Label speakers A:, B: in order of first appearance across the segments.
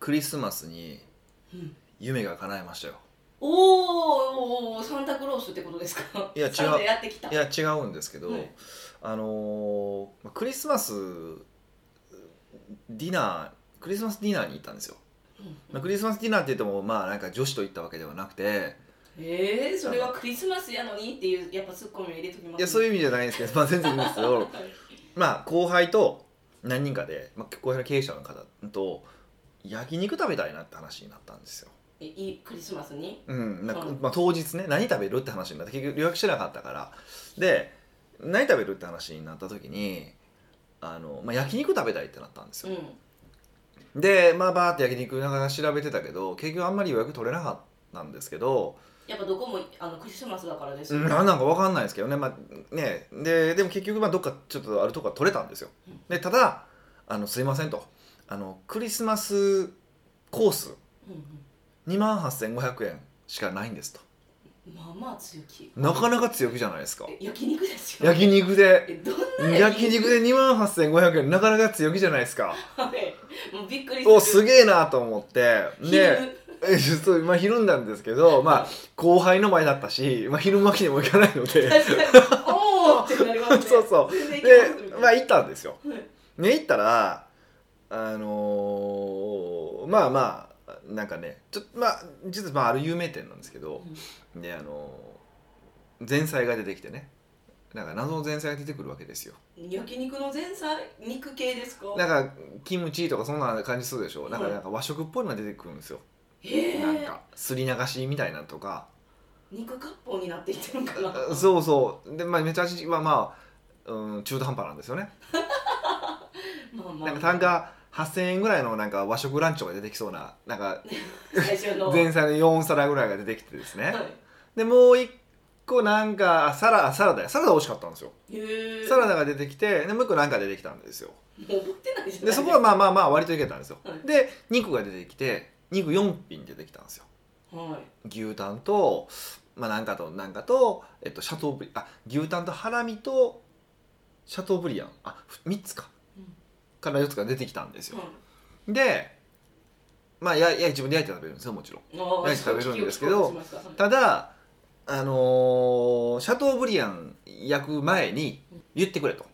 A: クリスマスに
B: うん
A: 夢が叶えましたよ
B: おーおーサンタクロースってことですか
A: いや違う
B: サンタやってきた
A: いや違うんですけど、
B: はい
A: あのーまあクリスマスディナークリスマスディナーに行ったんですよ、
B: うん
A: まあクリスマスディナーって言ってもまあなんか女子と行ったわけではなくて
B: えー、それはクリスマスやのにっていうやっぱツッコミを入れときます
A: いやそういうう意味じゃないんですけど、まあ、全然いいんですけ どまあ後輩と何人かで、まあ、後輩の経営者の方と焼肉食べたいなって話になったんですよ、
B: えいいクリスマスに
A: うんなんか
B: うん
A: まあ、当日ね何食べるって話になって結局予約してなかったからで何食べるって話になった時にあの、まあ、焼肉食べたいってなったんです
B: う
A: よ
B: ん
A: でまあバーって焼肉ながら調べてたけど結局あんまり予約取れなかったんですけど
B: やっぱどこもあのクリスマスだからですよ、
A: 何なんなんか分かんないですけどね,、まあ、ねででも結局まあどっかちょっとあるとこは取れたんですよ
B: うん
A: でただあの「すいませんと」あのクリスマスコース
B: うん
A: 2万8500円しかないんですと
B: うん、まあまあ強気
A: なかなか強気じゃないですか
B: え焼肉ですよ
A: 焼肉で
B: えどんな
A: 焼肉で2万8500円なかなか強気じゃないですか
B: はいもうびっくりする
A: おすげえなと思ってで
B: 昼
A: えちょっとまあひるんだんですけどまあ後輩の前だったし、まあ、ひるむわけにもいかないので
B: 確かにおおってなりますね
A: そうそう
B: 全然い
A: で
B: けますみた
A: ま
B: いな
A: あ行ったんですよ
B: はい
A: ね行ったらあのーまあまあなんかねちょっとまあ実はまあある有名店なんですけどであのー前菜が出てきてねなんか謎の前菜が出てくるわけですよ
B: うん焼肉の前菜肉系ですか
A: なんかキムチとかそんな感じするでしょなんか
B: はい
A: なんか和食っぽいのが出てくるんですよ
B: へえ
A: なんかすり流しみたいなのとか
B: 肉割烹になっていってるのか な
A: そうそうでまあめちゃ味はまあ、うん、中途半端なんですよね
B: まあま
A: な
B: あ
A: んか単価8000円ぐらいのなんか和食ランチとか出てきそうななんか
B: 最初の
A: 前菜の4皿ぐらいが出てきてですね
B: は
A: でもう一個なんかあサラあサラダやサラダ美味しかったんですよ
B: いへえ
A: サラダが出てきてでもう一個なんか出てきたんですよ
B: もう覚えてないじゃない
A: でそこはまあまあまあ割といけたんですよ
B: はい
A: で肉が出てきて肉4品出てきたんですよ
B: は
A: 牛タンと、まあ、なんかとなんかと、えっと、シャトーブリあ牛タンとハラミとシャトーブリアンあ3つか、
B: うん
A: から4つが出てきたんです
B: い
A: よ、でまあやや自分で焼いて食べるんですよもちろん
B: はいあー
A: 何食べるんですけど
B: そう聞きました
A: ただあのーシャトーブリアン焼く前に言ってくれと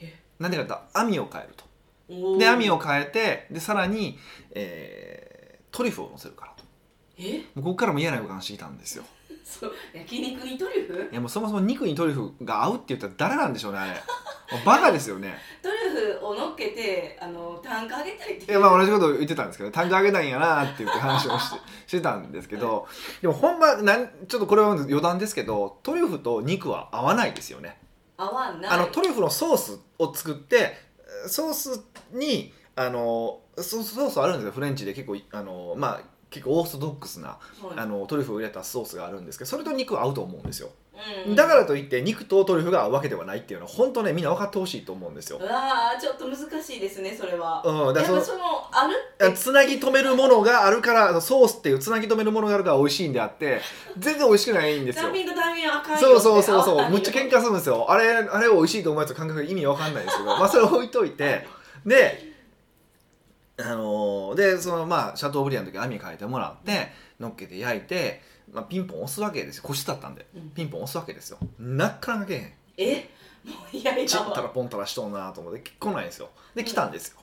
B: え
A: なんでかというと網を変えると
B: おー
A: で網を変えてでさらに、えートリュフを乗せるからと
B: え
A: もうここからも嫌な予感してきたんですよ
B: そう焼肉にトリュフ
A: いやもうそもそも肉にトリュフが合うって言ったら誰なんでしょうねあれもうバカですよ ね
B: トリュフを乗っけてあの単価上げたいって
A: いやまあ同じこと言ってたんですけど単価上げないんやなって言って話をしてしてたんですけどでもほんまなんちょっとこれは余談ですけどトリュフと肉は合わないですよね
B: 合わない
A: あのトリュフのソースを作ってソースにあのソソースあるんですよフレンチで結構あのまあ結構オーソドックスな
B: はい
A: あのトリュフを入れたソースがあるんですけどそれと肉は合うと思うんですよ
B: うん
A: だからといって肉とトリュフが合うわけではないっていうのは本当ねみんな分かってほしいと思うんですよ。
B: うわーちょっと難しいですねそれは
A: うん、だ
B: やっ
A: から
B: ぱ
A: そ
B: そのある
A: のつなぎ止めるものがあるからあのソースっていうつなぎ止めるものがあるから美味しいんであって全然美味しくないんです
B: タ
A: よ
B: イ。ミングタイミングあかんよ
A: そうそうそうそ
B: あ
A: う
B: あ
A: むっちゃ喧嘩するんですよあれあれを美味しいと思うやつの感覚意味わかんない ですけどまあそれ置いといてであのーでそのまあシャトーブリアンの時網変えてもらってのっけて焼いて、まあ、ピンポン押すわけですよ個室だったんで
B: うん
A: ピンポン押すわけですよなかなかけへん
B: えもういやい
A: ち
B: や
A: ったらポンたらしとんなと思って来ないんですよで来たんですよ、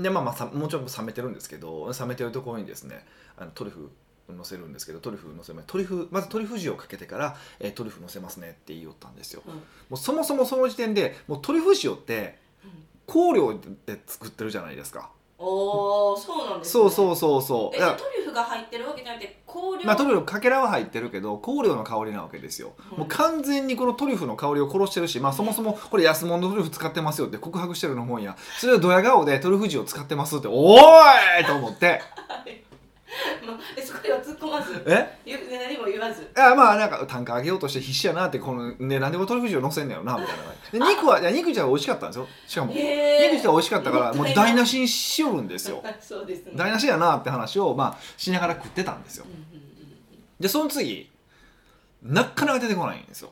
A: でまあまあさもうちょっと冷めてるんですけど冷めてるところにですねあのトリュフ乗せるんですけどトリュフ乗せる前トリュフまずトリュフ塩をかけてから、えートリュフ乗せますねって言いよったんですよ、
B: うん
A: もうそもそもその時点でもうトリュフ塩って香料で作ってるじゃないですか
B: おおそうなんです
A: そ
B: ね
A: うそうそうそう
B: え
A: だか
B: じゃあ
A: ら
B: トリュフが入ってるわけじゃなくて香料
A: まあ、トリュフかけらは入ってるけど香料の香りなわけですよ、
B: うん
A: もう完全にこのトリュフの香りを殺してるし、まあ、そもそもこれ安物のトリュフ使ってますよって告白してるのもんやそれをドヤ顔でトリュフ塩使ってますっておーいと思って
B: まあえそこでは突っ込ま ず
A: え
B: ゆ何も言わず
A: あまあなんか単価上げようとして必死やなってこのねなんでこれトリュフ塩乗せんねやろなみたいな感じで肉 はいや肉自体は美味しかったんですよしかも肉
B: へえ
A: 自体は美味しかったからもう台無
B: し
A: しにしよるんですよ
B: そうですね
A: 台無しやなって話をまあしながら食ってたんですよ
B: うんうんうん
A: でその次なかなか出てこないんですよ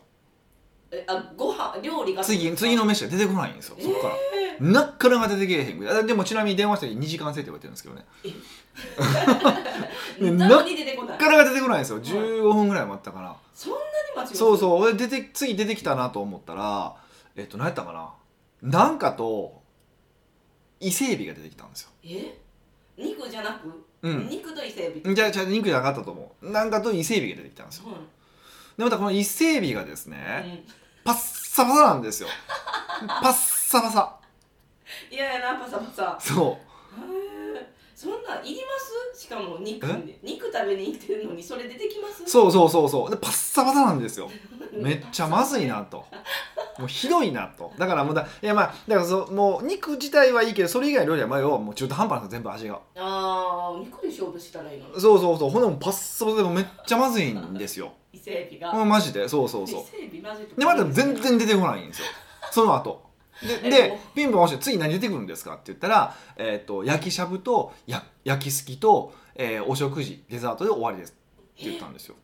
B: えあご飯料理が
A: 次次の飯が出てこないんですよそこから、
B: え
A: なかなか出てけえへんぐらいあでもちなみに電話した時2時間制って言われてるんですけどね
B: ー
A: な
B: なのに出てこな
A: ないかなか出てこないんですよ15分ぐらい待ったから、
B: そんなに待ちます
A: そうそう俺出て次出てきたなと思ったらえっと何やったかななんかと伊勢海老が出てきたんですよ
B: え肉じゃなく、
A: うん
B: 肉と伊勢海老
A: じゃあじゃあ肉じゃなかったと思うなんかと伊勢海老が出てきたんですよ
B: はい
A: でまたこの伊勢海老がですね
B: うん
A: パッサパサなんですよパッサパサ
B: いやいやなパサパサ
A: そ
B: へえそんなんいりますしかも肉に肉食べに行ってるのにそれ出てきます
A: うそうそうそうそうでパッサパサなんですよめっちゃまずいなともうひどいなとだからもうだいやまあだからそうもう肉自体はいいけどそれ以外の料理はまあ要はもう中途半端なんですよ全部味が
B: あー肉で勝負したらいいのに
A: そうそうそうほんでもうパッサパサでもうめっちゃまずいんですよ
B: 伊勢海老が、
A: うんマジでそうそう
B: 伊
A: そ
B: 勢海老まずいと
A: うで
B: こあ
A: ま
B: る
A: だ
B: んですね
A: 全然出てこないんですよその後で
B: え
A: で
B: も
A: ピンポン押して次何出てくるんですかって言ったら、えー、と焼きしゃぶとや焼きすきと、えーお食事デザートで終わりですって言ったんですよ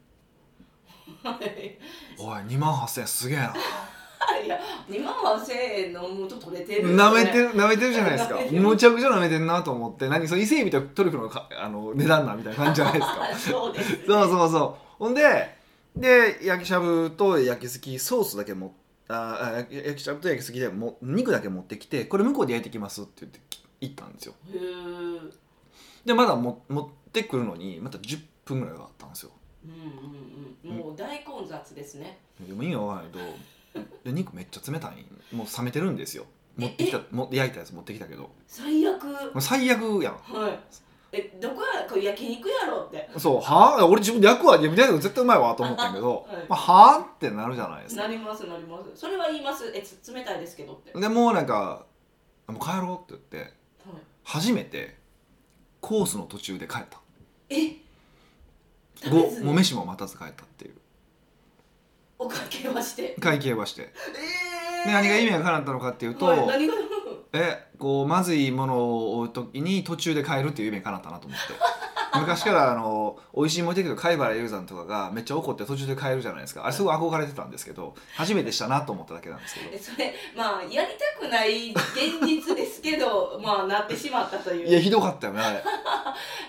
B: はい
A: おい2万8000円すげえな
B: あいや2万8000円のもうちょっと取れてる
A: なめて
B: る
A: るなめてるじゃないですか
B: 舐めてる
A: むちゃくちゃなめてんなと思って何それ伊勢海老とトリュフのかあの値段なんみたいな感じじゃないですか
B: そうですね
A: そうそうそうほんでで焼きしゃぶと焼きすきソースだけもああ焼きしゃぶと焼きすきでも肉だけ持ってきてこれ向こうで焼いてきますって言ってき行ったんですよ
B: へー
A: でまだも持ってくるのにまた10分ぐらいがあったんですよ
B: うんうんうんもう大混雑ですね
A: でも意味わからないけどで肉めっちゃ冷たいもう冷めてるんですよ持ってきたも焼いたやつ持ってきたけども
B: 最悪
A: う最悪やん
B: はいえどこやこれ焼肉やろって
A: そうはあ俺自分で焼くわいやみたいなの絶対うまいわと思ったんやけど、
B: はい
A: まあ、はあってなるじゃないですか
B: なりますなりますそれは言いますえつ冷たいですけどって、
A: でもうなんか「もう帰ろう」って言って
B: はい
A: 初めてコースの途中で帰った
B: え食べ
A: ご
B: ず
A: もう
B: に
A: 飯も待たず帰ったっていう
B: おかけまして
A: 会計はして
B: え
A: で何が意味がかなったのかっていうと、
B: はい、何が
A: えこうまずいものを追う時に途中で買えるっていう夢かなったなと 思って昔からあの美味しいもんだけど貝原雄山とかがめっちゃ怒って途中で買えるじゃないですかあれすごい憧れてたんですけど初めてしたなと思っただけなんですけど
B: えそれまあやりたくない現実ですけど まあなってしまったという
A: いやひどかったよねあれ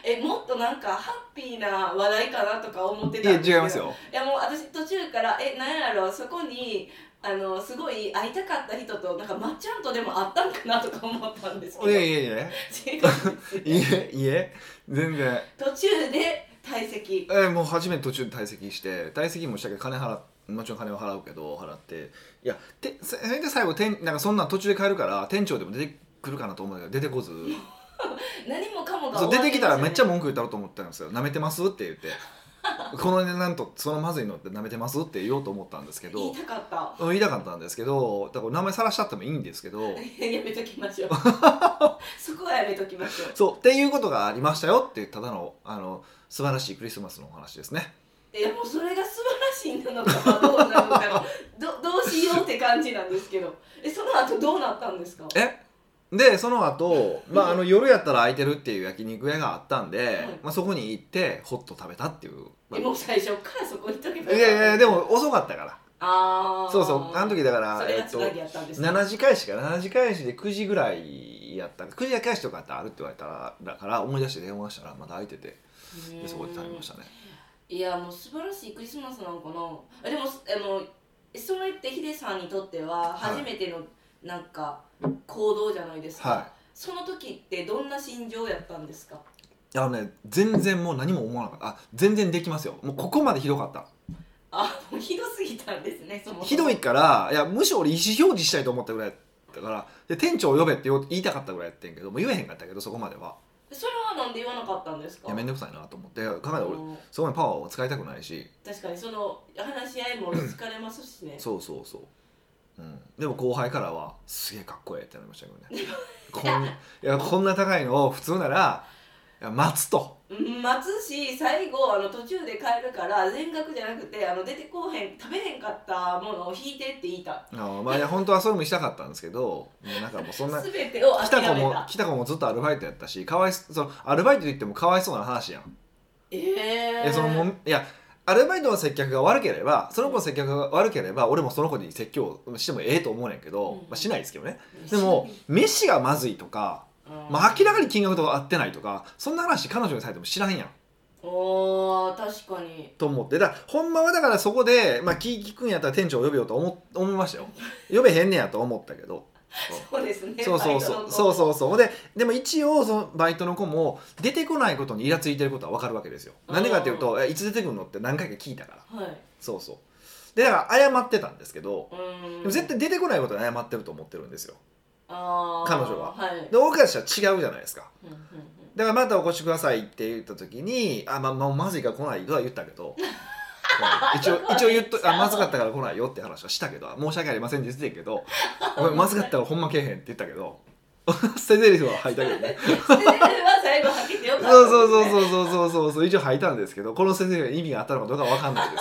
B: えもっとなんかハッピーな話題かなとか思って
A: い
B: た
A: や
B: んですけど
A: 違いますよ
B: いやもう私途中からえなんやろうそこにあのすごい会いたかった人となんかまっちゃんとでも会ったんかなとか思ったんですけ
A: い
B: ど
A: や
B: 違
A: いやいや
B: うん です
A: いえいえ全然
B: 途中で退席
A: えーもう初めて途中で退席して退席もしたけど金払っもちろん金は払うけど払っていやてそれで最後てんなんかそんなん途中で帰るから店長でも出てくるかなと思うんだけど出てこず
B: 何もかもが
A: そう出
B: 終わ
A: て
B: っ
A: きた
B: まよ
A: ら
B: ね
A: めっちゃ文句言ったろうと思ったんですよ「なめてます?」って言って「この値段とそのまずいのってなめてます?」って言おうと思ったんですけ
B: 言い
A: ど
B: たかった
A: 言いたかったんですけどだから名前さらしちゃってもいいんですけど
B: やめとき ましょうそこはやめときましょう
A: そうっていうことがありましたよっていうただのあの素晴らしいクリスマスのお話ですね。
B: いやもうそれが素晴らしいなのかはどうなの かのどどうしようって感じなんですけどえその後どうなったんですか
A: えでその後、まああの夜やったら空いてるっていう焼肉屋があったんで、
B: うん
A: まあ、そこに行ってホット食べたっていう、まあ
B: えもう最初からそこに行っとけば
A: い
B: よかっ
A: や
B: た
A: いやでも遅かったから
B: ああ
A: そうそうあの時だから
B: それ
A: え
B: が
A: っ
B: つ
A: と
B: なぎやったんですね
A: 7時開始か7時開始で9時ぐらいやった9時開始とかってあるって言われたらだから思い出して電話したらまだ空いてて
B: うー
A: で
B: ん
A: そこで食べましたね
B: いやもう素晴らしいクリスマスなのかなあでもあのそれってヒデさんにとって
A: は
B: は
A: い
B: 初めてのなんか行動じゃないですか、
A: は
B: その時ってどんな心情やったんですか
A: いあのね全然もう何も思わなかったあ全然できますよもうここまでひどかった
B: あもうひどすぎたんですねそもそも
A: ひどいからいやむしろ俺意思表示したいと思ったぐらいだからで店長を呼べって言いたかったぐらいやってんけどもう言えへんかったけどそこまでは
B: それはなんで言わなかったんです
A: い
B: か
A: やめんどくさいなと思って考えたら
B: あ
A: 俺
B: の
A: そこにパワーを使いたくないし
B: 確かにその話し合いも疲れますしね
A: そうそうそう、うん、でも後輩からはすげえかっこええってなりましたけど ねこんいやこんな高いのを普通ならいや待つと
B: うん待つし最後あの途中で帰るから全額じゃなくてあの出てこうへん食べへんかったものを引いてって言いた
A: あのまあいや本当はそれもしたかったんですけどもうなんかもうそんな
B: 全てを
A: 来
B: 諦
A: た子
B: め
A: も
B: た
A: 来た子もずっとアルバイトやったしかわいそそのアルバイトといってもかわいそうな話やん、
B: ええ
A: いやそのもんいやアルバイトの接客が悪ければその子の接客が悪ければ俺もその子に説教してもええと思うねんけど、
B: うん
A: まあ、しないですけどねでも飯がまずいとか、
B: うん、
A: まあ、明らかに金額とか合ってないとかそんな話彼女にされても知らんやん
B: おー確かに
A: と思ってだからほんまはだからそこで、まあ、聞聞くんやったら店長呼べよと思思いましたよ呼べへんねやと思ったけど
B: そうですね
A: そうそうそうそうそうそうででも一応そのバイトの子も出てこないことにイラついてることは分かるわけですよなんでかっていうとえいつ出てくるのって何回か聞いたから
B: うはい
A: そうそうでだから謝ってたんですけど
B: うーん
A: でも絶対出てこないことに謝ってると思ってるんですよ
B: あー
A: 彼女は
B: はい
A: で僕たちは違うじゃないですか
B: うんうん うん
A: だからまたお越しくださいって言った時に「あまあまあまずいから来ない」とは言ったけど うん一応一応言っとあまずかったから来ないよって話はしたけど申し訳ありませんって言ってたけど「ごめんまずかったらほんまけえへん」って言ったけど 捨て台詞は吐いたけどね
B: それは最後はけてよかった
A: そうそう
B: う
A: そうそうそうそうそう一応吐いたんですけどこの先生が意味があったのかどうかわかんないで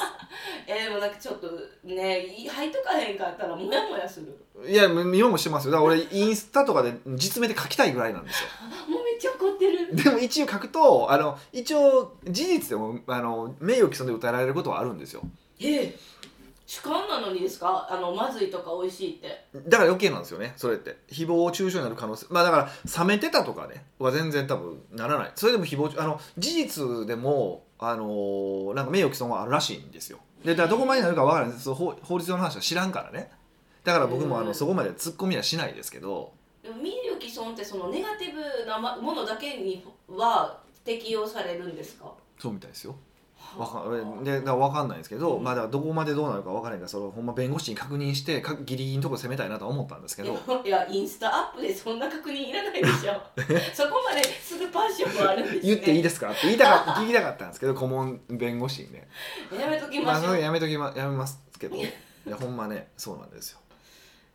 B: えーでもなんかちょっとねい入っとかへんかったらモヤモヤする
A: すいや見ようもしてますよだから俺インスタとかで実名で書きたいぐらいなんですよ
B: あもうめっちゃ怒ってる
A: でも一応書くとあの一応事実でもあの名誉毀損で訴えられることはあるんですよ
B: ええ主観なのにですかあのまずいとか美味しいって
A: だから余計なんですよねそれって誹謗中傷になる可能性まあだから冷めてたとかねは全然多分ならないそれでも誹謗中あの事実でもあのーなんか名誉毀損はあるらしいんですよでだからどこまでになるかわからないですそう法法律上の話は知らんからねだから僕もあ
B: う
A: の
B: ん
A: そこまで突っ込みはしないですけど
B: でも名誉毀損ってそのネガティブなまものだけには適用されるんですか
A: そうみたいですよわか
B: はあ
A: でだからわかんないんですけど、
B: うん
A: まあだからどこまでどうなるかわからないからそれをほんま弁護士に確認してかギリギリのとこ攻めたいなとは思ったんですけど
B: いやインスタアップでそんな確認いらないでし ょそこまでするパッションもあるんです、ね、
A: 言っていいですかって言いたかった聞きたかったんですけど顧問弁護士にね
B: やめとき
A: まあ、
B: まし
A: そ
B: ょう、
A: れやめときまやめますけどいやほんまねそうなんですよ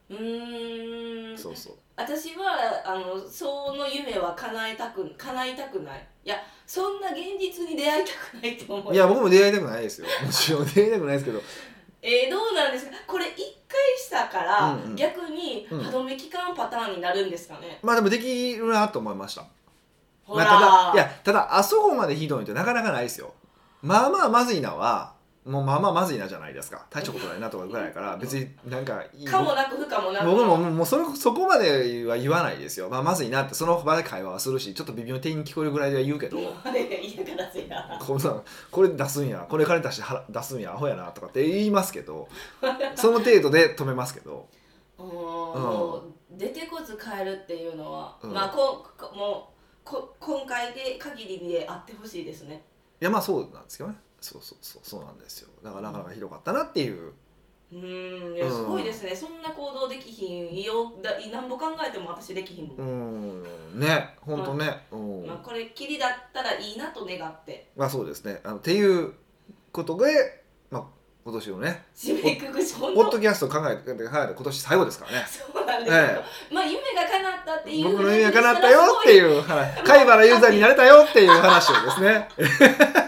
B: うーん
A: そうそう
B: 私はあのその夢は叶えたく叶いたくないいやそんな現実に出会いたくないと思う
A: いや僕も出会いたくないですよもちろん出会いたくないですけど
B: えー、どうなんですかこれ一回したから、
A: うんうん
B: 逆に
A: うん
B: 歯止め期間パターンになるんですかね、
A: まあでもできるなと思いました
B: ほらー、
A: まあ、ただいやただあそこまでひどいってなかなかないですよまあまあまずいなはもうまあまあまずいなじゃないですか大したことないなとかぐらいやから別になんかいい
B: かもなく不可もなく
A: 僕 ももうもうそれそこまでは言わないですよ、まあ、まずいなってその場で会話はするしちょっと微妙に店員に聞こえるぐらいでは言うけど
B: 嫌からせや
A: こんなんこれ出すんやこれ金出して払出すんやアホやなとかって言いますけどその程度で止めますけど
B: うーんもう出てこず帰るっていうのは、
A: うん
B: まあここもうこ今回で限りであってほしいですね
A: いやまあそうなんですよねそうそうそうそうなんですよだからなかなかひどかったなっていう
B: うーんいや
A: うん
B: すごいですね、そんな行動できひんよだ何ぼ考えても私できひんもん、
A: うんね本当ねうん
B: まあ、これっきりだったらいいなと願って
A: まあそうですねあのっていうことで、まあ、今年のね
B: 締めくくしほん
A: ポッ
B: と
A: ドキャスト考えて考えて今年最後ですからね
B: そうなんですよ、
A: え
B: まあ夢が叶ったっていう
A: 僕の夢が叶ったよっていう話貝原雄三になれたよっていう話をですね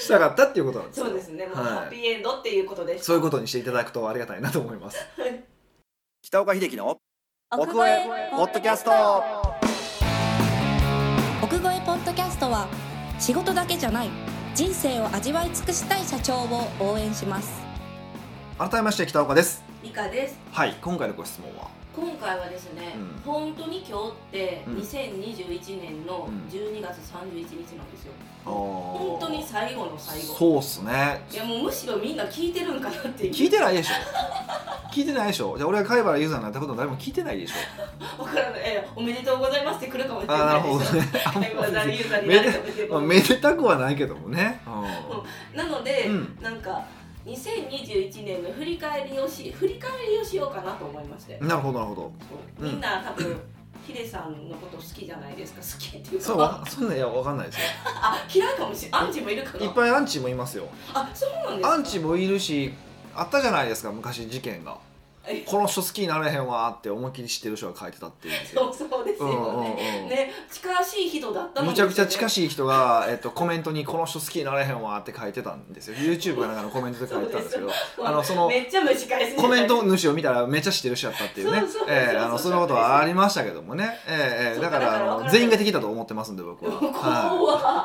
A: したかったっていうことなんですよ
B: そうですねもう
A: はい
B: ハッピーエンドっていうことです
A: そういうことにしていただくとありがたいなと思います
B: はい。
A: 北岡秀樹の
C: 奥越えポッドキャスト奥越えポッドキャストは仕事だけじゃない人生を味わい尽くしたい社長を応援します
A: 改めまして北岡です。
B: 理科です
A: はい、今回のご質問は。
B: 今回はですね、
A: うん
B: 本当に今日って
A: うん
B: 2021年の
A: うん
B: 12月31日なんですよ、
A: 本
B: 本当に最後の最後
A: そうっすね。
B: いやもうむしろみんな聞いてるんかなって
A: 聞いてないでしょ。聞いてないでしょ。じゃあ俺が貝原雄三になったこと誰も聞いてないでしょ。
B: 分からないえおめでとうございますって来るかもし
A: あ
B: れ
A: ーなる
B: な
A: ほ
B: い
A: ど
B: ですよ
A: ね。
B: 最後の大ユーザーにな
A: め
B: れ
A: で
B: たっていう
A: ま
B: こ
A: あ
B: と
A: めでたくはないけどもね。うん
B: なので、
A: うん
B: なんか2021年の振り返りをし振り返りをしようかなと思いまして、
A: なるほどなるほど。うん
B: みんな多分ヒデさんのこと好きじゃないですか好きっていうか
A: そうわそんなんいやわかんないです
B: あ嫌いかもしれないアンチもいるか
A: よ。い
B: な
A: っぱいアンチもいますよ。
B: あそうなんですか
A: アンチもいるし、あったじゃないですか昔事件が。
B: え
A: この人好きになれへんわーって思いっきり知ってる人が書いてたっていうんですよ
B: そうそうです
A: うんうん
B: よね。
A: うん。
B: ね、近しい人だったの
A: むちゃくちゃ近
B: しい。
A: しい人が、えっと、コメントに「この人好きになれへんわ」って書いてたんですよ YouTube かなんかのコメントで書いてたんですけどあのその
B: めっちゃ蒸し返す。
A: コメント主を見たらめっちゃ知ってる人やったっていうね
B: そうそうそう
A: ええあの
B: そ
A: そう
B: そうん
A: なことはありましたけどもね、ええええ
B: そう
A: だから
B: だから
A: あ
B: わ
A: の
B: かる
A: 全員ができたと思ってますんで僕は、
B: 怖
A: は
B: は。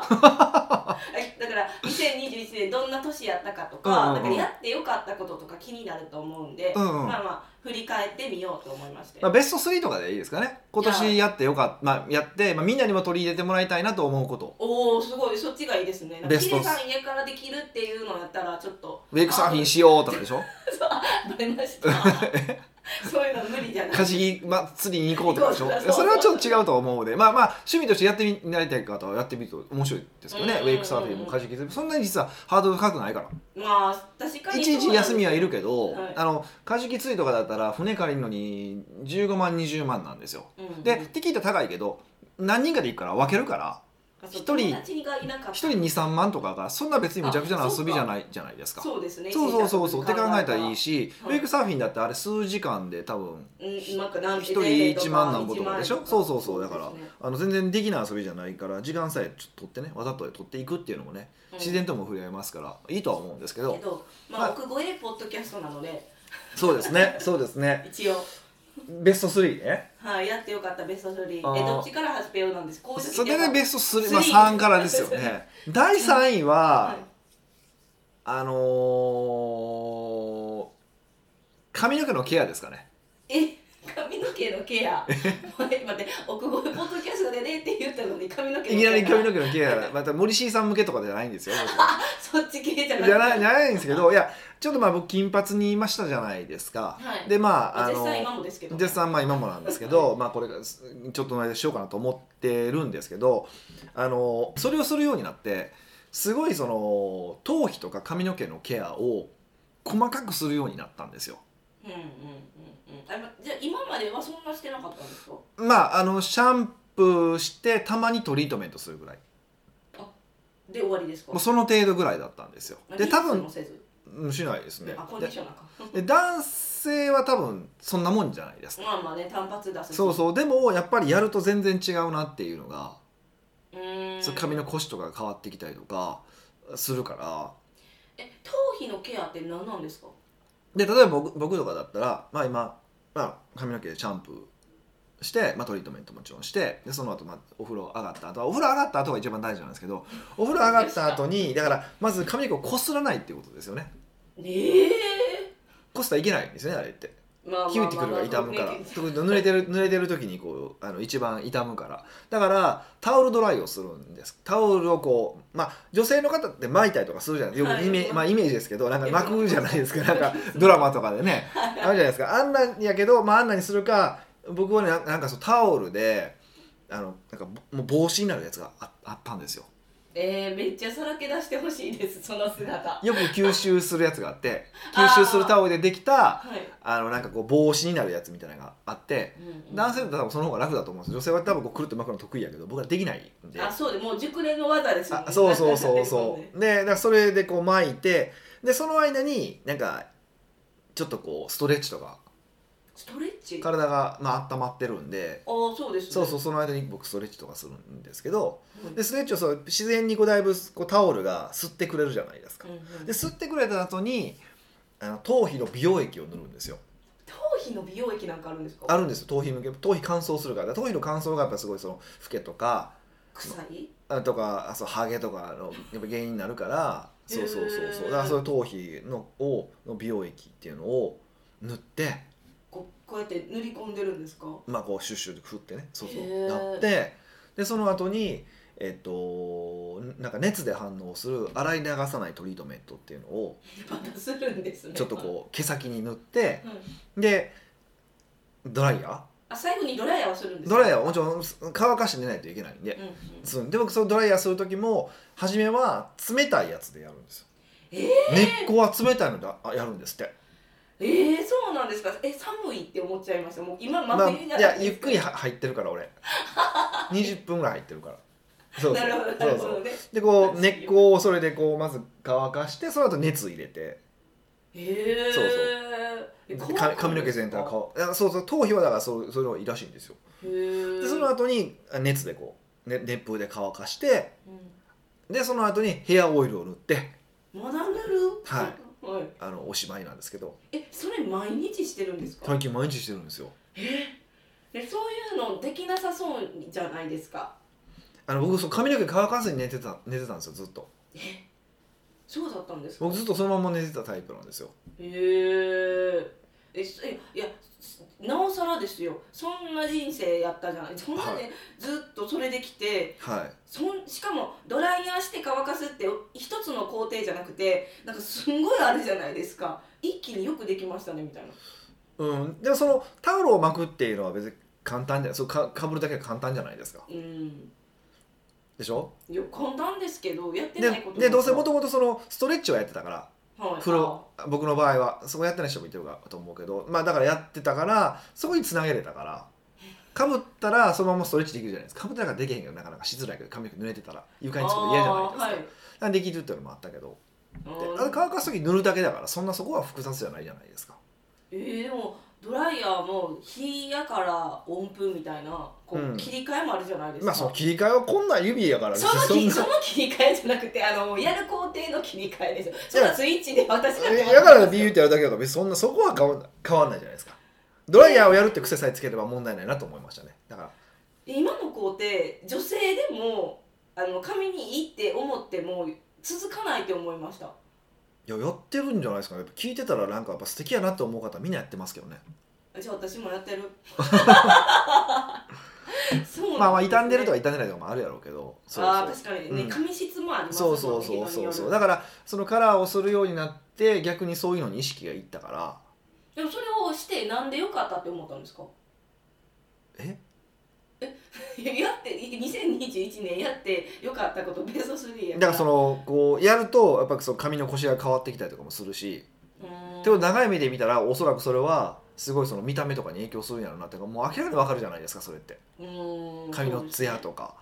B: だかから2021年どんな年やったかとか
A: うんうん
B: な
A: うん
B: んかやってよかったこととか気になると思うんで、
A: うんうん
B: まあまあ振り返ってみようと思いまして、
A: まあ、ベスト3とかでいいですかね今年やってよかった、まあ、やって、まあ、みんなにも取り入れてもらいたいなと思うこと
B: おおすごいそっちがいいですねなんか
A: ベス
B: ヒ
A: ト
B: デさん家からできるっていうのやったらちょっと
A: ウェイクサーフィンしようとかでし ょ
B: あバレま したそういうの無理じゃない
A: カジキ祭りに行こうとかでしょ
B: 行こうとか
A: それはちょっと違うと思うのでまあまあ趣味としてやってみなりたい方はやってみると面白いですよね、
B: うんうんうん
A: ウェイクサーフィンもカジキ釣りもそんなに実はハードル高くないから
B: まあ確かに
A: 一日休みはいるけど、
B: はい
A: あのカジキ釣りとかだったら船借りるのに15万20万なんですよでテキータ高いけど何人かで行くから分けるから一人
B: 一人がいなかった
A: 1人23万とかがそんな別にむちゃくちゃな遊びじゃないじゃないですか
B: そうですね
A: そうそうそうそうって考えたらいい
B: し、
A: し、
B: はい
A: ウェイクサーフィンだってあれ数時間で多分
B: うん、なんか何
A: 一人1万なんぼとかでしょそうそうそうだからあの全然できない遊びじゃないから時間さえちょっと取ってねわざと取っていくっていうのもね自然とも触れ合いますからいいとは思うんですけ
B: と
A: ど
B: けどまあ、
A: はい
B: 奥越えポッドキャストなので
A: そうですねそうですね
B: 一応
A: ベスト3ね
B: はい、やってよかったベスト3え
A: あー
B: どっちから始めようなんですこういう時
A: それで
B: やっぱ
A: ベスト3、まあ、
B: 3
A: 3からですよね第3位は、
B: はい
A: あのー髪の毛のケアですかね
B: え髪の毛のケア 待って待って奥越えポッドキャストでねって言ったのに髪の毛
A: い
B: の
A: き
B: ケ
A: な
B: ア
A: り髪の毛のケアまた森 C さん向けとかじゃないんですよ僕
B: そっち系じゃなく
A: じゃないじゃないんですけどいやちょっとまあ僕金髪にいましたじゃないですか、
B: はい
A: でまああ
B: 実際
A: の
B: 今もですけど
A: 絶賛まあ今もなんですけど、まあこれがすちょっとの間しようかなと思ってるんですけどあのそれをするようになってすごいその頭皮とか髪の毛のケアを細かくするようになったんですよ。
B: うんうんうんうんあまじゃあ今まではそんなしてなかったんですか
A: まああのシャンプーしてたまにトリートメントするぐらい
B: で終わりですか
A: もうその程度ぐらいだったんですよ。で多
B: リンス
A: 分
B: もせず
A: うんしないですね
B: あコンデ
A: で
B: ィショナーか
A: で男性は多分そんなもんじゃないですか
B: まあまあね単発出す
A: そうそうでもやっぱりやると全然違うなっていうのが、
B: うーん
A: そう髪のコシとかが変わってきたりとかするから
B: え頭皮のケアって何なんですか
A: で例えば僕僕とかだったら、まあ、今、まあ、髪の毛でシャンプーして、まあ、トリートメントもちろんしてでその後、まあお風呂上がった後はお風呂上がった後が一番大事なんですけどお風呂上がった後にだからまず髪の毛をこすらないっていうことですよね
B: ええ
A: こすったらいけないんですよねあれって
B: まあまあまあまあ
A: キューティクルが傷むから
B: まあまあ
A: 特に濡れてる濡れてる時にこうあの一番傷むからだからタオルドライをするんですタオルをこうまあ女性の方って巻いたりとかするじゃないよ
B: は
A: く
B: い
A: イメ,、まあ、イメージですけどなんか巻くじゃないです かなんかドラマとかでねあるじゃないですかあんなんやけど、まあ、あんなにするか僕はねなんなんかそうタオルであのなんかぼもう帽子になるやつがああったんですよ
B: えー、めっちゃさらけ出してほしいですその姿は
A: よく吸収するやつがあって
B: あー
A: 吸収するタオルでできた
B: い、
A: あのなんかこう帽子になるやつみたいなのがあって男性だと多分その方が楽だと思うんです女性は多分こうくるっと巻くの得意やけど僕はできないんで
B: あそうでもう熟練の技ですもんね
A: あそうそうそう そうでだからそれでこう巻いてでその間になんかちょっとこうストレッチとか
B: ストレッチあ
A: 体がまあ温まってるんで
B: ーそうですね
A: そうそうその間に僕ストレッチとかするんですけど
B: うん
A: でストレッチをそう自然にこうだいぶこうタオルが吸ってくれるじゃないですか
B: うんうん
A: で吸ってくれた後にあの頭皮の美容液を塗るんですよ
B: 頭皮の美容液なんかあるんですか
A: あるんですよ頭皮向け頭皮乾燥するからだから頭皮の乾燥がやっぱすごいそのフケとか
B: 臭い
A: あとかあそうハゲとかのやっぱ原因になるからそうそうそうそう
B: へー
A: だからそういう頭皮のをの美容液っていうのを塗って
B: ここうやって塗り込んでるんですか
A: まあこうシュッシュッと振ってねそうそ
B: へ
A: う
B: ー
A: なってでその後にえっとなんか熱で反応する洗い流さないトリートメントっていうのを
B: またするんですね
A: ちょっとこう毛先に塗って
B: うん、
A: でドライヤー
B: あ最後にドライヤーをするんです
A: ドライヤ
B: ー
A: ーはもちろん乾かして寝ないといけないんで
B: うんうん、
A: するんで僕そのドライヤーする時も初めは冷たいやつでやるんですよ、
B: え
A: 根っこは冷たいのであやるんですって、
B: えー、そうなんですかえ寒いって思っちゃいましたもう今
A: まあ、
B: 真
A: い
B: 冬じゃな
A: や
B: い
A: ゆっ
B: ですか
A: くりは入ってるから俺20分ぐらい入ってるからそうそう
B: なるほどな
A: そ
B: る
A: う
B: ほ
A: そ
B: ど
A: う
B: ね
A: でこう根っこをそれでこうまず乾かしてその後熱入れて
B: へえ
A: そうそう
B: え乾くんです
A: か
B: か
A: 髪の毛全体が乾いやそうそう頭皮はだからそうそういうのがいいらしいんですよ
B: へー
A: でその後にあ熱でこう、ね、熱風で乾かして
B: うん
A: でその後にヘアオイルを塗って
B: まだ塗る、
A: はい
B: はい、
A: あのおしまいなんですけど
B: えそれ毎日してるんですか
A: 最近毎日してるんですよ
B: えそういうのできなさそうじゃないですか
A: あの僕そう髪の毛乾かずに寝てた寝てたんですよずっと
B: えそうだったんですか
A: 僕ずっとそのまま寝てたタイプなんですよ
B: へーえそえいやすなおさらですよそんな人生やったじゃないそんなね、
A: は
B: ずっとそれできて
A: はい
B: そんしかもドライヤーして乾かすって一つの工程じゃなくてなんかすんごいあれじゃないですか一気によくできましたねみたいな
A: うん、でもそのタオルを巻くっていうのは別に簡単じゃないそうかかぶるだけは簡単じゃないですか
B: うん
A: でしょ
B: いや簡単ですけどやって
A: で
B: ないこと
A: でどうせ
B: も
A: もともとそのストレッチをやってたから
B: はい
A: 風呂僕の場合はそこやってない人もいてるかと思うけどまあだからやってたからそこにつなげれたからかぶったらそのままストレッチできるじゃないですかかぶったらできへんけどなかなかしづらいけど髪の毛濡れてたら
B: あ
A: 床
B: ー
A: につくの嫌じゃないですか,、
B: はい
A: できるっていうのもあったけど
B: あ
A: で
B: ー
A: あれ乾かす時に塗るだけだからそんなそこは複雑じゃないじゃないですか
B: えー、でもドライヤーも火やから温風みたいなこう、
A: うん
B: 切り替えもあるじゃないですか、
A: まあその切り替えはこんな指やから
B: その切り
A: そ
B: そ
A: ん
B: の
A: な
B: 切り替えじゃなくてあのやる工程の切り替えですよそれはスイッチで私が
A: えだからビューってやるだけだから別にそんなそこは変わん変わんないじゃないですかドライヤーをやるって癖さえつければ問題ないなと思いましたねだから
B: 今の工程女性でもあの髪にいいって思っても続かないと思いました
A: いややってるんじゃないですかねやっぱ聞いてたらなんかやっぱ素敵やなと思う方みんなやってますけどね
B: じゃあ私も やってるそう
A: まあまあ傷んでるとか
B: か
A: 傷んでないとかもあるやろうけどそう
B: ああ
A: そう
B: 確かにね、
A: うん
B: 髪質もあります
A: そ
B: もん
A: う
B: ね
A: そうそうそうそう
B: 人による
A: だからそのカラーをするようになって逆にそういうのに意識がいったから
B: でもそれをしてなんでよかったって思ったんですか
A: え
B: いや やって2021年やってよかったことベスト3や
A: だからそのこうやるとやっぱその髪の腰が変わってきたりとかもするしでも
B: の
A: 長い目で見たらおそらくそれはすごいその見た目とかに影響するんやろうなっていうかもう明らかにわかるじゃないですかそれって髪のツヤとか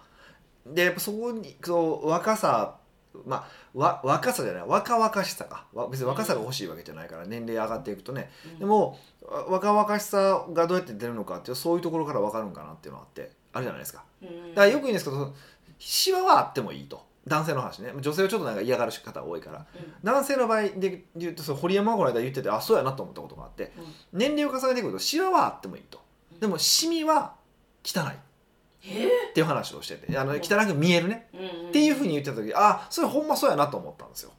A: でやっぱそこにそう若さまあわ若さじゃない若々しさかわ別に若さが欲しいわけじゃないから年齢上がっていくとねでもわ若々しさがどうやって出るのかっていうそういうところから分かるんかなっていうのがあってあるじゃないですかだからよく言うんですけどそのシワはあってもいいと男性の話ね女性はちょっとなんか嫌がる方が多いから男性の場合で言うとその堀山がこの間言っててあそうやなと思ったことがあって、
B: うん
A: 年齢を重ねてくるとシワはあってもいいとでもシミは汚い
B: え
A: っていう話をしててあの
B: うん
A: 汚く見えるね
B: っ
A: っていうふう
B: に
A: に言ってた時あそれほんまそうやなと思ったんですよ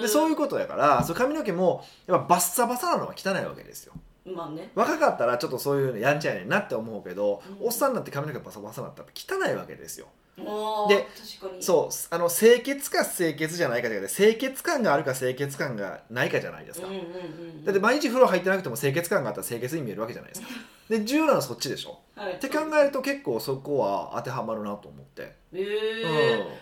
A: でそういうことやからそう髪の毛もやっぱバッサバサなのは汚いわけですよ
B: うまあね
A: 若かったらちょっとそういうのやんちゃやねんなって思うけど、
B: うん
A: おっさんになって髪の毛バサバサになったら汚いわけですよ
B: あー
A: で
B: 確かに
A: そうあの清潔か清潔じゃないかじゃなくて清潔感があるか清潔感がないかじゃないですか、
B: うんうんうん
A: だって毎日風呂入ってなくても清潔感があったら清潔に見えるわけじゃ ないですかで重要なのはそっちでしょ
B: はい
A: って考えると結構そこは当てはまるなと思って
B: へ
A: うん
B: ー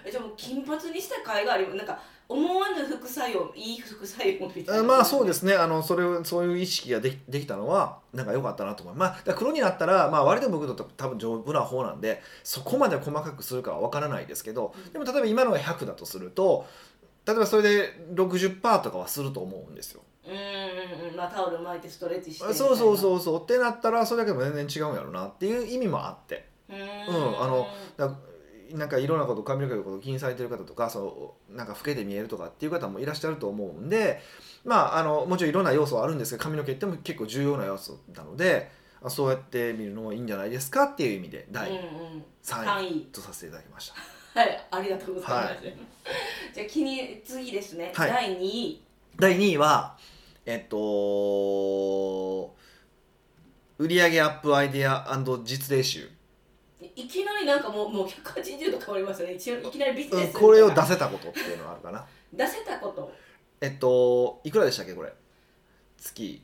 B: えじゃあもう金髪にした甲斐がありますなんか思わぬ副作用いい副作用みたいな
A: あまあそうですねあのそれをそういう意識ができできたのはなんか良かったなと思います、まあ、だから黒になったら、まあ、割と僕だと多分丈夫な方なんでそこまで細かくするかは分からないですけどでも例えば今のが100だとすると例えばそれで60%とかはすると思うんですよ
B: うんうんうんまあタオル巻いてストレッチして
A: そうそう
B: う
A: そうそうってなったらそれだけでも全然違うんやろうなっていう意味もあって
B: うん
A: うんあのだなんかいろんなこと髪の毛のことを気にされてる方とかそうなんか老けて見えるとかっていう方もいらっしゃると思うんでまああのもちろんいろんな要素はあるんですけど髪の毛っても結構重要な要素なのであそうやって見るのもいいんじゃないですかっていう意味で
B: うんう
A: 第
B: ん
A: 3位
B: 3位
A: とさせていただきました、
B: はい、ありがとうございます。
A: は
B: じゃあ気に次ですね、
A: はい
B: 第2位。
A: 第2位はえっと売上アップアイデア実例集、
B: いきなりなんかもうもう180度変わりましたね。一応いきなりビジ
A: う
B: ネ
A: ん、
B: ス、
A: これを出せたことっていうのがあるかな
B: 出せたこと
A: えっといくらでしたっけこれ月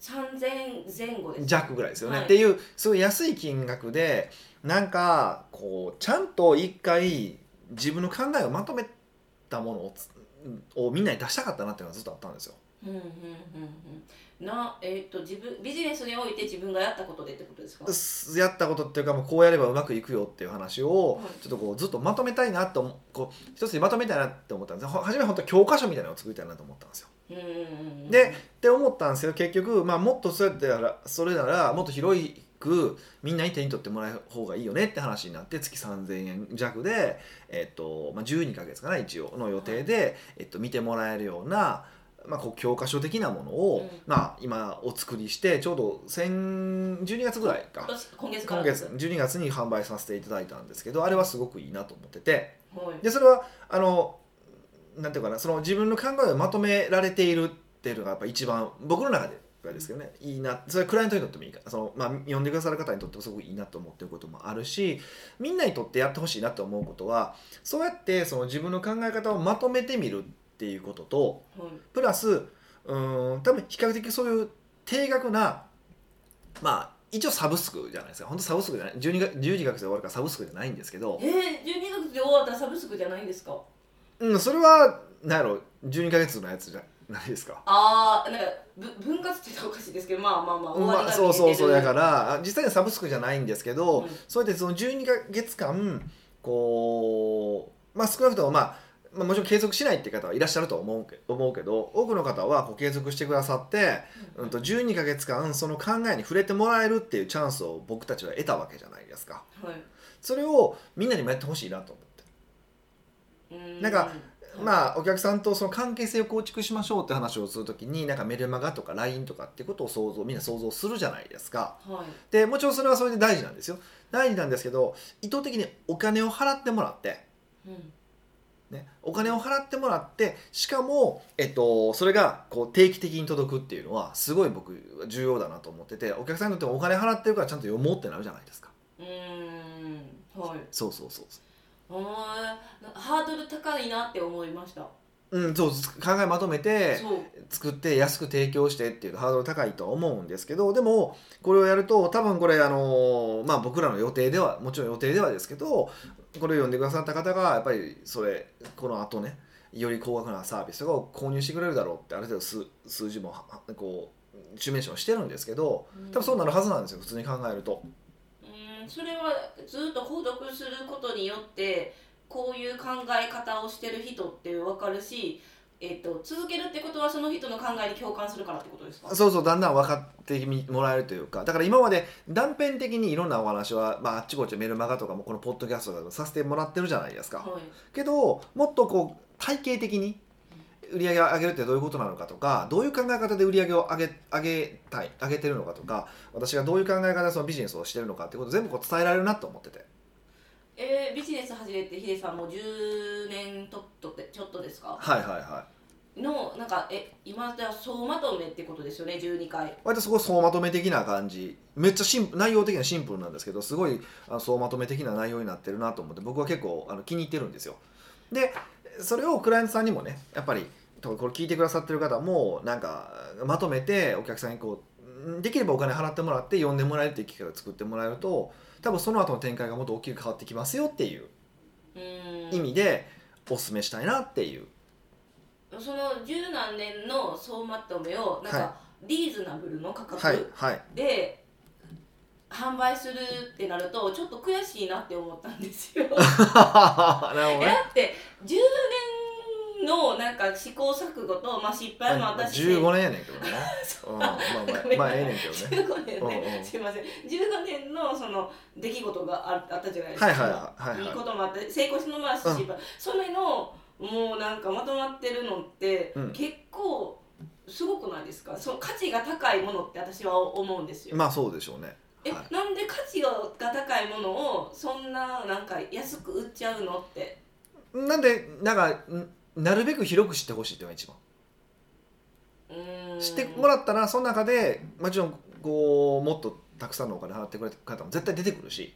B: 3000前後です。
A: 弱ぐらいですよね、
B: はい
A: っていうすごい安い金額でなんかこうちゃんと一回自分の考えをまとめたものをつをみんなに出したかったなっていうのはずっとあったんですよ。
B: うんうんうんうん。なえっ、と自分ビジネスにおいて自分がやったことでってことですか。
A: すやったことっていうかもうこうやればうまくいくよっていう話を
B: はい
A: ちょっとこうずっとまとめたいなと思こう一つにまとめたいなって思ったんですよほ初め本当教科書みたいなのを作りたいなと思ったんですよ。
B: うんうんうん。
A: でって思ったんですけど結局、まあ、もっとそうやってやらそれならもっと広くみんなに手に取ってもらう方がいいよねって話になって月3000円弱で、えっとまあ、12ヶ月かな一応の予定で、えっと、見てもらえるような、まあ、こう教科書的なものを、
B: うん
A: まあ、今お作りしてちょうど先12月ぐらい
B: 今
A: か
B: 年今月から
A: 今
B: です
A: 月12月に販売させていただいたんですけどあれはすごくいいなと思ってて。
B: はい。
A: でそれはあのなんていうかなその自分の考えをまとめられているっていうのがやっぱ一番僕の中ではですけどねいいなそれはクライアントにとってもいいからその、まあ、呼んでくださる方にとってもすごくいいなと思ってることもあるしみんなにとってやってほしいなと思うことはそうやってその自分の考え方をまとめてみるっていうことと
B: はい
A: プラスうーん多分比較的そういう定額なまあ一応サブスクじゃないですか本当サブスクじゃない12月12月で終わるからサブスクじゃないんですけど、
B: えー、12月で終わったらサブスクじゃないんですか
A: うん、それは何やろ12ヶ月のやつじゃないですか。
B: ああなんかぶ分割って言ったらおかしいですけどまあまあまあ終わり
A: まあ、
B: が
A: そうそうそうだからら実際にはサブスクじゃないんですけど、
B: うん
A: そうやってその12ヶ月間こうまあ少なくともまあまあ、もちろん継続しないって方はいらっしゃると思うけ思うけど多くの方はこう継続してくださって、うん、と12ヶ月間その考えに触れてもらえるっていうチャンスを僕たちは得たわけじゃないですか
B: はい
A: それをみんなにもやってほしいなと思って
B: うーん
A: なんか
B: あ
A: まあお客さんとその関係性を構築しましょうって話をするときになんかメルマガとか LINE とかってことを想像みんな想像するじゃないですか
B: はい
A: でもちろんそれはそれで大事なんですよ大事なんですけど意図的にお金を払ってもらって、
B: うん
A: ね、お金を払ってもらってしかも、えっと、それがこう定期的に届くっていうのはすごい僕は重要だなと思っててお客さんにとってもお金払ってるからちゃんと読もうってなるじゃないですか
B: うーんはい
A: そうそうそう
B: あーなんかハードル高いなって思いました
A: うん、そう考えまとめて
B: そう
A: 作って安く提供してっていうハードル高いとは思うんですけどでもこれをやると多分これあのーまあ僕らの予定ではもちろん予定ではですけどこれを読んでくださった方がやっぱりそれこの後ねより高額なサービスを購入してくれるだろうってある程度数数字もははこうシミュレーションしてるんですけど多分そうなるはずなんですよ普通に考えると。
B: うんそれはずっと購読することによってこういう考え方をしてる人って分かるし、えっと続けるってことはその人の考えに共感するからってことですか
A: そうそうだんだん分かってもらえるというかだから今まで断片的にいろんなお話は、まあ、あっちこっちメルマガとかもこのポッドキャストとかでもさせてもらってるじゃないですか、
B: はい
A: けどもっとこう体系的に売り上げを上げるってどういうことなのかとかどういう考え方で売り上げを上げ上げたい上げてるのかとか私がどういう考え方でそのビジネスをしてるのかってことを全部こう伝えられるなと思ってて
B: えー、ビジネス始めてヒデさんもう10年とっとってちょっとですか
A: はいはいはい
B: のなんかえ今じゃ総まとめってことですよね12回
A: 割とそこ総まとめ的な感じめっちゃシンプ内容的にはシンプルなんですけどすごいあの総まとめ的な内容になってるなと思って僕は結構あの気に入ってるんですよでそれをクライアントさんにもねやっぱりとこれ聞いてくださってる方もなんかまとめてお客さんにこうんできればお金払ってもらって呼んでもらえるっていう機会を作ってもらえると多分その後の展開がもっと大きく変わってきますよっていう
B: うーん
A: 意味でお勧めしたいなっていう
B: その十何年の総まとめをなん
A: は
B: かリーズナブルの価格、
A: はいはい
B: で販売するってなるとちょっと悔しいなって思ったんです よ
A: なるほど
B: え
A: ね
B: だって10年のなんか試行錯誤と、まあ、失敗も
A: まあ
B: 私
A: 15年やねんけど ね、うん、まあまあまあええねんけどね
B: 15年ね、
A: うんうん
B: すいません15年のその出来事がああったじゃないですか、
A: はいはいはいはい
B: い
A: はい
B: こともあって成功してもらうし、
A: うん
B: それのもうなんかまとまってるのって、
A: うん
B: 結構すごくないですかその価値が高いものって私は思うんですよ
A: まあそうでしょうね
B: え、
A: は
B: なんで価値が高いものをそんななんか安く売っちゃうのって
A: いなんでなんかんなるべく広く知ってほしいっていうのが一番
B: うーん
A: 知ってもらったらその中でもちろんこうもっとたくさんのお金払ってくれた方も絶対出てくるし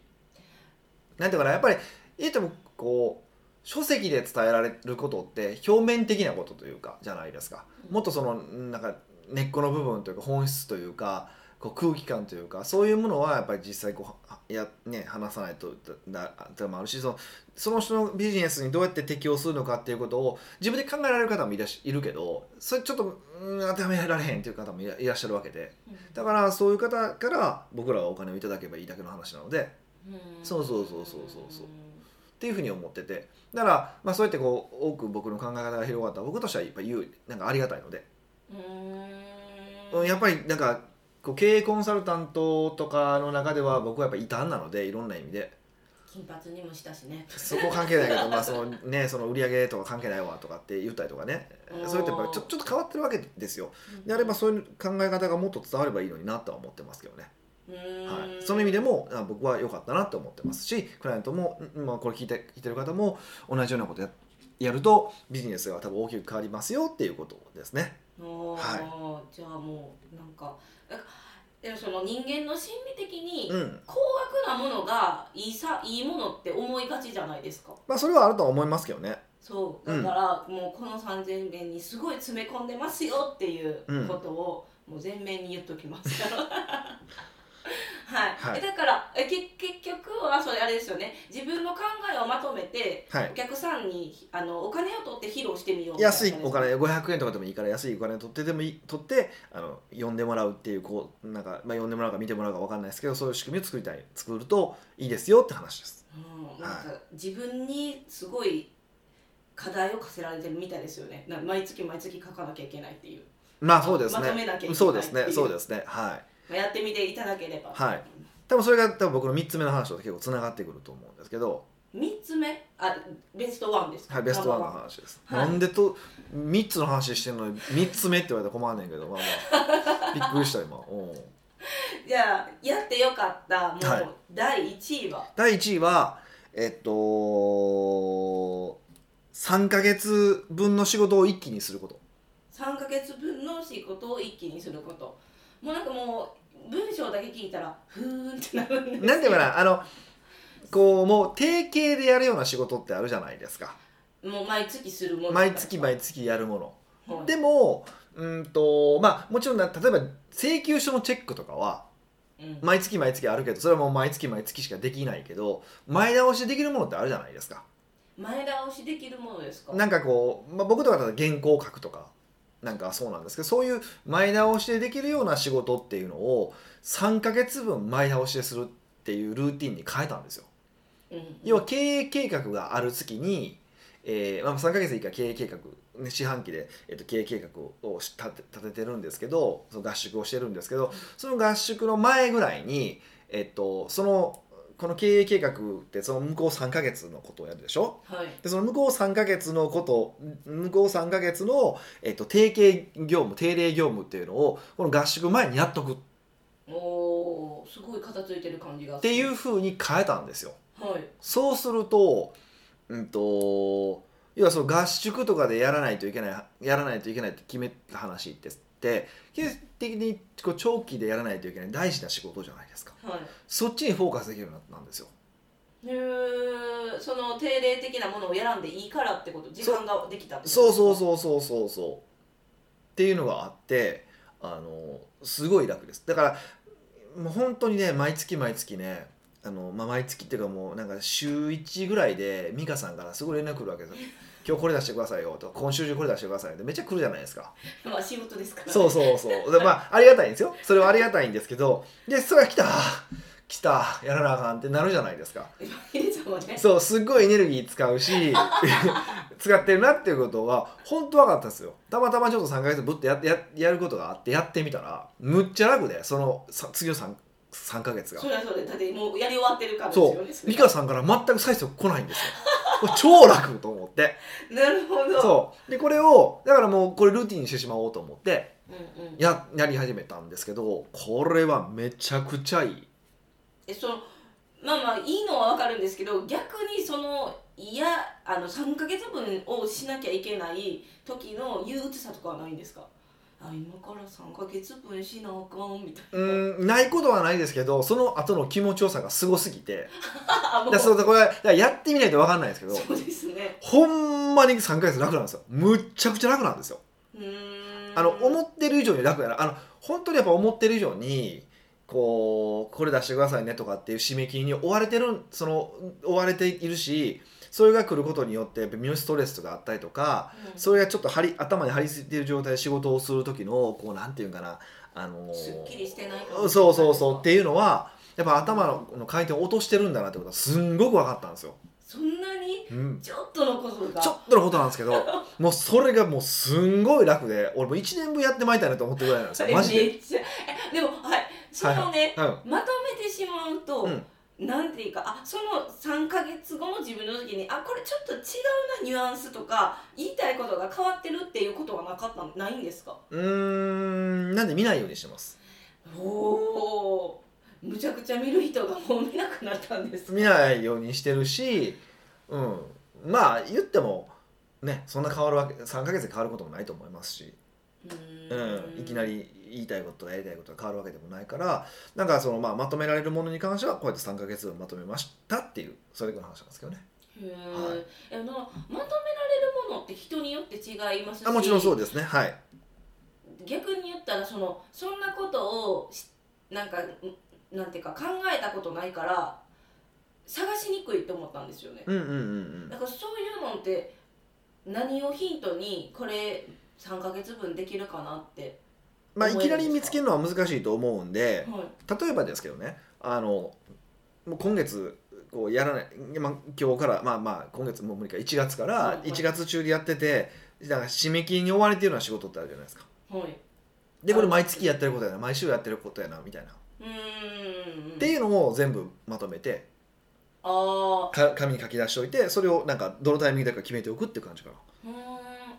A: なんていうかなやっぱり言ってもこう書籍で伝えられることって表面的なことというかじゃないですかもっとそのなんか根っこの部分というか本質というかこう空気感というかそういうものはやっぱり実際こうはや、ね、話さないとだだもあるしそのその人のビジネスにどうやって適応するのかっていうことを自分で考えられる方もいらしいるけどそれちょっとうん当てはめられへんっていう方もいらいらっしゃるわけでだからそういう方から僕らがお金をいただけばいいだけの話なので
B: うん
A: そうそうそうそうそうそうっていうふうに思っててだから、まあ、そうやってこう多く僕の考え方が広がったら僕としてはやっぱ有なんかありがたいので、
B: う
A: う
B: ー
A: ん
B: ん
A: やっぱりなんかこう経営コンサルタントとかの中では僕はやっぱ異端なのでいろんな意味で
B: 金髪にもしたしね
A: そこ関係ないけどまあそのねその売り上げとか関係ないわとかって言ったりとかね
B: うん
A: そうやってやっぱちょちょっと変わってるわけですよであればそういう考え方がもっと伝わればいいのになとは思ってますけどね、
B: うーん
A: はい、その意味でもあ僕は良かったなと思ってますしクライアントも、んまあ、これ聞いて聞いてる方も同じようなことややるとビジネスが多分大きく変わりますよっていうことですね。
B: おーじゃあもうなんかなんかでもその人間の心理的に
A: うん
B: 高額なものがいいさいいものって思いがちじゃないですか
A: まあ、それはあるとは思いますけどね。
B: そう
A: う
B: だ
A: ん
B: からもうこの3000円にすごい詰め込んでますよっていうことをもう全面に言っとき ますからはい、
A: はい
B: えだからえけ結局はそれあれですよね自分の考えをまとめて
A: は
B: お
A: い、
B: 客さんにあのお金を取って披露してみようみたな
A: 安いお金500円とかでもいいから安いお金取ってでもいい取ってあの呼んでもらうっていうこうなんか、まあ、呼んでもらうか見てもらうか分かんないですけどそういう仕組みを作りたい作るといいですよって話です。
B: うん、なんか自分にすごい課題を課せられてるみたいですよねな毎月毎月書かなきゃいけないっていう、
A: まあそうです
B: まとめなきゃいけないってい
A: ね。
B: う
A: そうですね。そうですね。はい。
B: まあ、やってみていただければ、
A: はい多分それが多分僕の3つ目の話と結構つながってくると思うんですけど、
B: 3つ目あベストワンですか
A: はい、ベストワンの
B: ナンバ
A: 話です、
B: はい
A: なんでと3つの話してんのに3つ目って言われたら困んねんけどまあまあ びっくりした今うん
B: ーじゃあやってよかったもう、
A: はい
B: 第1位は
A: 第1位はえっと3ヶ月分の仕事を一気にすること
B: 3ヶ月分の仕事を一気にすることもうなんかもう文章だけ聞いたらふーんってなるんですよ
A: なんていうかなあのこうもう定型でやるような仕事ってあるじゃないですか
B: もう毎月するもの
A: 毎月毎月やるもの
B: はい
A: でもうんとまあもちろんな例えば請求書のチェックとかは
B: うん
A: 毎月毎月あるけどそれはもう毎月毎月しかできないけど前倒しできるものってあるじゃないですか
B: 前倒しできるものですか
A: なんかこう、まあ、僕とかだったら原稿を書くとかなんかそうなんですけどそういう前倒しでできるような仕事っていうのを3ヶ月分前倒しでするっていうルーティンに変えたんですよ
B: うん
A: 要は経営計画がある月に、えーまあ、3ヶ月以下経営計画、ね、四半期で、えっと経営計画をし立て立ててるんですけどその合宿をしてるんですけどその合宿の前ぐらいに、えっとそのこの経営計画ってその向こう3ヶ月のことをやるでしょ
B: はい
A: でその向こう3ヶ月のこと向こう3ヶ月の、えっと定型業務定例業務っていうのをこの合宿前にやっとくっ
B: おーすごい片付いてる感じがって
A: いうふうに変えたんですよ。
B: はい
A: そうすると,、うん、と要はその合宿とかでやらないといけないやらないといけないって決めた話ですって基本的にこう長期でやらないといけない大事な仕事じゃないですか
B: はい
A: そっちにフォーカスできるようになったんですよ
B: へーその定例的なものを選んでいいからってこと時間ができたってこと
A: そうそう
B: う
A: そうそうそうそうっていうのがあってあのすごい楽ですだからもう本当にね毎月毎月ねあの、まあ、毎月っていうかもうなんか週1ぐらいで美香さんからすごい連絡来るわけですよ「今日これ出してくださいよ」とか「今週中これ出してくださいよ」ってめっちゃ来るじゃないですか
B: まあ仕事ですから
A: そう
B: そ
A: そうそうでまあありがたいんですよそれはありがたいんですけどでそれは来た来たやらなあかんってなるじゃないですか
B: うヒデさんはね
A: そうすっごいエネルギー使うし使ってるなっていうことは本当分かったんですよたまたまちょっと3ヶ月ぶってやややることがあってやってみたらむっちゃ楽でそのさ次の 3, 3ヶ月が
B: そりゃそうでだってもうやり終わってるからです
A: そ
B: よ
A: う
B: ねそれ
A: 美香さんから全く催促来ないんですよこれ超楽と思って
B: なるほど
A: そうでこれをだからもうこれルーティンにしてしまおうと思って
B: うんうん
A: ややり始めたんですけどこれはめちゃくちゃいい
B: えそのまあまあいいのはわかるんですけど逆にそのいやあの3ヶ月分をしなきゃいけない時の憂鬱さとかはないんですかあ今から3ヶ月分しなあかんみた
A: う
B: いな、
A: んないことはないですけどその後の気持ちよさがすごすぎて
B: あも
A: だから
B: う
A: そうだからこれだからやってみないと分かんないですけど
B: そうですね
A: ほんまに3ヶ月楽なんですよむっちゃくちゃ楽なんですよ
B: うーん
A: あの思ってる以上に楽やなあの本当にやっぱ思ってる以上にこうこれ出してくださいねとかっていう締め切りに追われてるその追われているしそれが来ることによってやっぱ身のストレスとかあったりとか
B: うん
A: それがちょっと張り頭に張り付いてる状態で仕事をする時のこうなんていうんかなあのー
B: すっきりしてない
A: うんそうそうそうっていうのはやっぱ頭のこの回転を落としてるんだなってことはすんごく分かったんですよ。
B: そんなに
A: うん
B: ちょっとのことが
A: ちょっとのことなんですけど もうそれがもうすんごい楽で俺もう1年分やってまいたなと思ってるぐらいなんですよマジ
B: め
A: で。
B: っちゃえでもはいそのね、
A: うん
B: まとめてしまうと、
A: うん
B: なんていうかあその3か月後の自分の時にあこれちょっと違うなニュアンスとか言いたいことが変わってるっていうことはなかったないんですか
A: うーんなんで見ないようにしてます
B: おおむちゃくちゃ見る人がもう見なくなったんです
A: 見ないようにしてるし、うん、まあ言ってもねそんな変わるわけ3ヶ月で変わることもないと思いますし、うん、いきな
B: り
A: り言いたいことやりたいことが変わるわけでもないからなんかその、まあ、まとめられるものに関してはこうやって3ヶ月分まとめましたっていうそれだけの話なんですけどね
B: へえ、
A: はい
B: えなまとめられるものって人によって違いますし
A: あもちろんそうですねはい
B: 逆に言ったらそのそんなことをしなんかんなんていうか考えたことないから探しにくいと思ったんですよね、
A: うんうんうんうん
B: だからそういうのって何をヒントにこれ3ヶ月分できるかなって、
A: まあ、い
B: 思え
A: きな
B: るん
A: り見
B: ですか
A: つけるのは難しいと思うんで
B: はい、
A: 例えばですけどねあのもう今月こうやらない、まあ、今日からまあまあ今月もう無理か1月か
B: はい
A: ら
B: はい
A: 1月中でやっててなんか締め切りに追われてるような仕事ってあるじゃないですか
B: はい、
A: でこれ毎月やってることやな毎週やってることやなみたいな、
B: うーん
A: っていうのを全部まとめて
B: あ
A: か紙に書き出しておいてそれをなんかどのタイミングだか決めておくっていう感じかな、
B: ー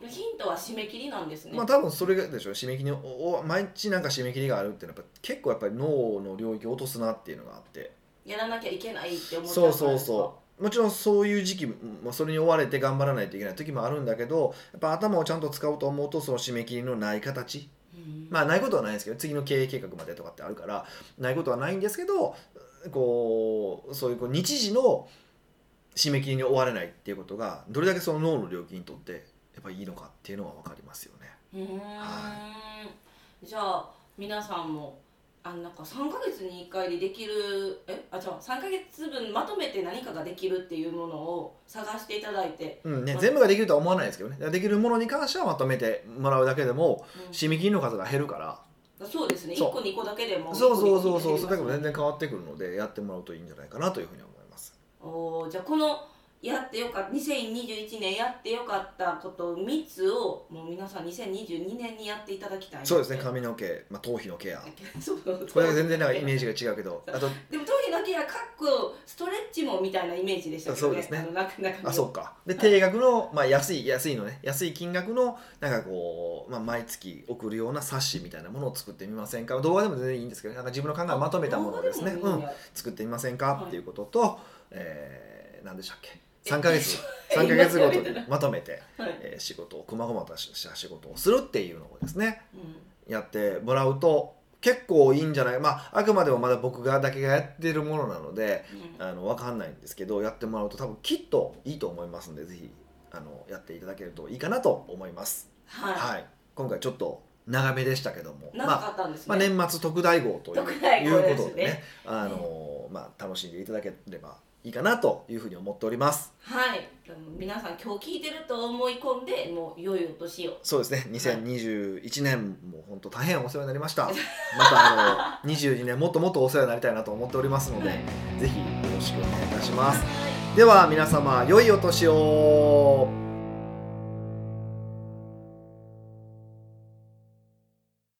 B: うーんヒントは締め切りなんですね、
A: まあ多分それがでしょ締め切りをお毎日なんか締め切りがあるっていうのはやっぱ結構やっぱり脳の領域を落とすなっていうのがあって
B: やらなきゃいけないって思っちゃ
A: そううそうそうもちろんそういう時期もそれに追われて頑張らないといけない時もあるんだけどやっぱ頭をちゃんと使おうと思うとその締め切りのない形ま
B: あ、
A: あないことはないんですけど次の経営計画までとかってあるからないことはないんですけどこうそういうこう日時の締め切りに追われないっていうことがどれだけその脳の領域にとってやっぱいいのかっていうのは分かりますよね。
B: うーんじゃあ皆さんもあなんか3ヶ月に1回でできるえあじゃあ3ヶ月分まとめて何かができるっていうものを探していただいて、
A: うんね
B: まあ
A: 全部ができるとは思わないですけどねできるものに関してはまとめてもらうだけでも
B: うん
A: 締め切りの数が減るから
B: そうですね1
A: そう
B: 個2個だけでも
A: そうそうそうそうそ
B: 一
A: れ
B: 個
A: でも
B: 二個で
A: 全
B: き
A: 然変わってくるのでやってもらうといいんじゃないかなというふうに思います
B: おーじゃあこのやってよかった2021年やってよかったこと3つをもう皆さん2022年にやっていただきたいな
A: そうですね髪の毛、まあ、頭皮のケア
B: そう
A: これが全然なんかイメージが違うけどあと
B: でも頭皮だけはかっこストレッチもみたいなイメージでしたけど
A: そうですね
B: あのなんかなんか
A: あそうかで定額の、まあ、安い安いのね安い金額のなんかこう、まあ、毎月送るような冊子みたいなものを作ってみませんか動画でも全然いいんですけどなんか自分の考えをまとめたものですね
B: あ動
A: う
B: 画でもいいん
A: ん
B: や
A: 作ってみませんかっていうことと、えー、何でしたっけ3ヶ 月
B: え
A: 3ヶ月ごとにまとめて、
B: はい
A: えー仕事をこまごまとした仕事をするっていうのをですね
B: うん
A: やってもらうと結構いいんじゃないまああくまでもまだ僕がだけがやってるものなのであの分かんないんですけどやってもらうと多分きっといいと思いますんでぜひあのやっていただけるといいかなと思います、はい
B: は
A: 今回ちょっと長めでしたけども
B: い。長
A: まあ
B: かったんです
A: まあ、
B: ね。
A: 年末特大号という
B: 特大
A: い
B: 号
A: う
B: ですね
A: ことでねあの、まあ、楽しんでいただければいいかなというふうに思っております
B: はい。でも皆さん今日聞いてると思い込んで、もう良いお年を。
A: そうですね2021年も本当大変お世話になりました またあの22年もっともっとお世話になりたいなと思っておりますので、
B: はい
A: ぜひよろしくお願いいたします
B: はい
A: では皆様良いお年を